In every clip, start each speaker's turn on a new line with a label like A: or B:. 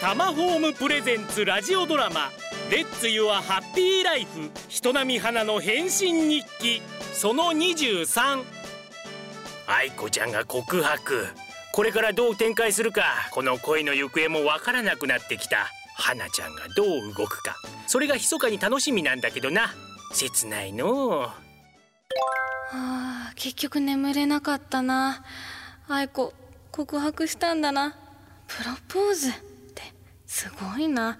A: タマホームプレゼンツラジオドラマ「レッツ・ユア・ハッピー・ライフ人並み花の変身日記」その23愛子ちゃんが告白これからどう展開するかこの恋の行方もわからなくなってきた花ちゃんがどう動くかそれが密かに楽しみなんだけどな切ないのう
B: あー結局眠れなかったな愛子告白したんだなプロポーズってすごいな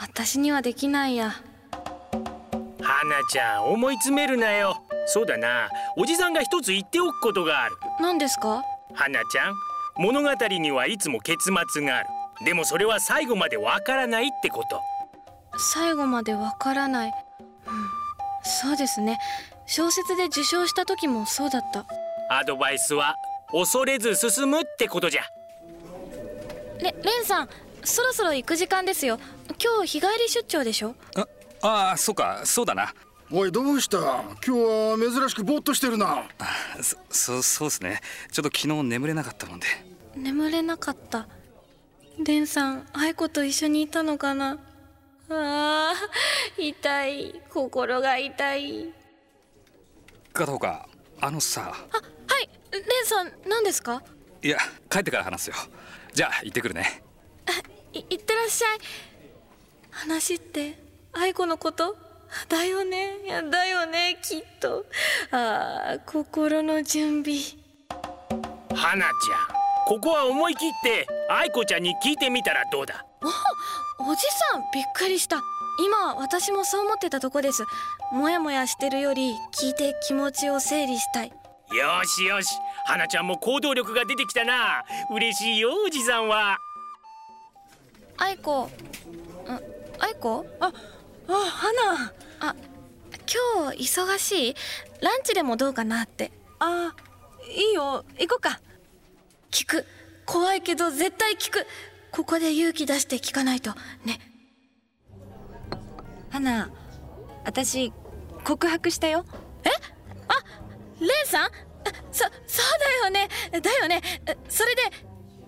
B: 私にはできないや
A: 花ちゃん思い詰めるなよそうだなおじさんが一つ言っておくことがある
B: 何ですか
A: 花ちゃん物語にはいつも結末があるでもそれは最後までわからないってこと
B: 最後までわからない、うん、そうですね小説で受賞した時もそうだった
A: アドバイスは恐れず進むってことじゃ
B: レレンさんそろそろ行く時間ですよ今日日帰り出張でしょ
C: ああーそうかそうだな
D: おいどうした今日は珍しくぼーっとしてるな
C: そそそうですねちょっと昨日眠れなかったもんで
B: 眠れなかったレンさん愛子と一緒にいたのかなあー痛い心が痛い
C: 片岡あの
B: あ
C: さ
B: はいレンさん何ですか
C: いや帰ってから話すよじゃあ行ってくるね
B: いいってらっしゃい話って愛子のことだよねいやだよねきっとあー心の準備
A: 花ちゃんここは思い切って愛子ちゃんに聞いてみたらどうだ
B: おじさんびっくりした今私もそう思ってたとこですもやもやしてるより聞いて気持ちを整理したい
A: よしよし花ちゃんも行動力が出てきたな嬉しいよおじさんは
B: 愛子あ愛子
E: あ、あ、花。
B: あ今日忙しいランチでもどうかなって
E: あ、いいよ。行こうか。
B: 聞く怖いけど絶対聞くここで勇気出して聞かないとね
E: 花、私告白したよ。
B: えあレンさんあそそうだよねだよねえそれで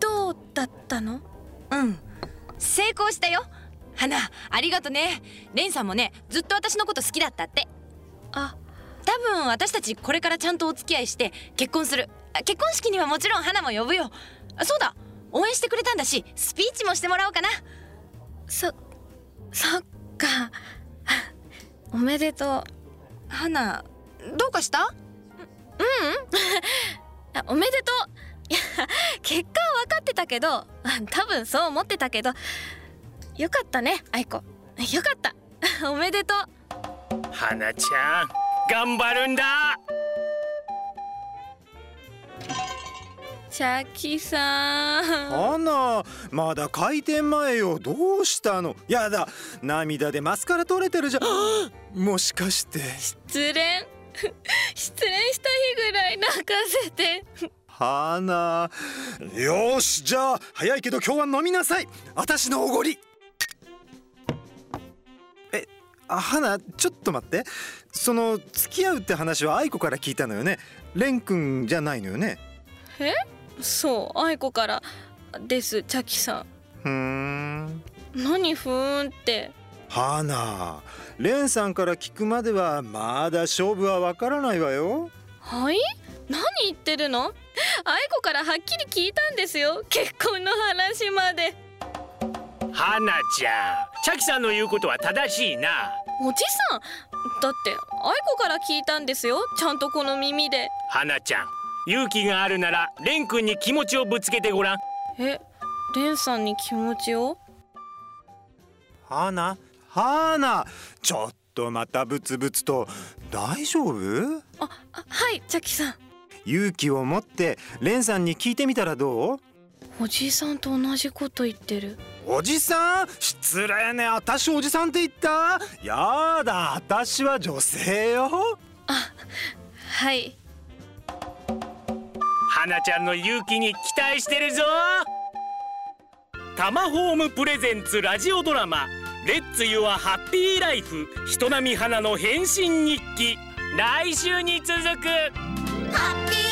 B: どうだったの
E: うん。成功したよ。花、ありがとね。レンさんもね、ずっと私のこと好きだったって。
B: あ
E: 多分私たちこれからちゃんとお付き合いして結婚する。あ結婚式にはもちろん花も呼ぶよ。あそうだ。応援してくれたんだし、スピーチもしてもらおうかな。
B: そそっかおめでとう
E: 花、どうかした？
B: あおめでとういや結果は分かってたけど多分そう思ってたけどよかったね愛子よかった おめでとう
A: 花ちゃん頑張るんだ
B: シャキさん
F: アナまだ開店前よどうしたのやだ涙でマスカラ取れてるじゃんもしかして
B: 失恋 失恋した日ぐらい泣かせて
F: 花よしじゃあ早いけど今日は飲みなさい私のおごりえあ花ちょっと待ってその付き合うって話は愛子から聞いたのよね蓮くんじゃないのよね
B: そう愛子からですチャキさ
F: ふーん
B: ん何ふーんって
F: 花蓮さんから聞くまではまだ勝負はわからないわよ
B: はい何言ってるの愛子からはっきり聞いたんですよ結婚の話まで
A: 花ちゃんチャキさんの言うことは正しいな
B: おじさんだって愛子から聞いたんですよちゃんとこの耳で
A: 花ちゃん勇気があるなら蓮くんに気持ちをぶつけてごらん
B: えレンさんに気持ちを
F: 花花ちょっとまたブツブツと大丈夫
B: ああはいチャキさん
F: 勇気を持ってレンさんに聞いてみたらどう
B: おじいさんと同じこと言ってる
F: おじさん失礼ね私おじさんって言ったやだ私は女性よ
B: はい
A: 花ちゃんの勇気に期待してるぞタマホームプレゼンツラジオドラマレッツユアハッピーライフ人並み花の変身日記来週に続く
G: ハッピー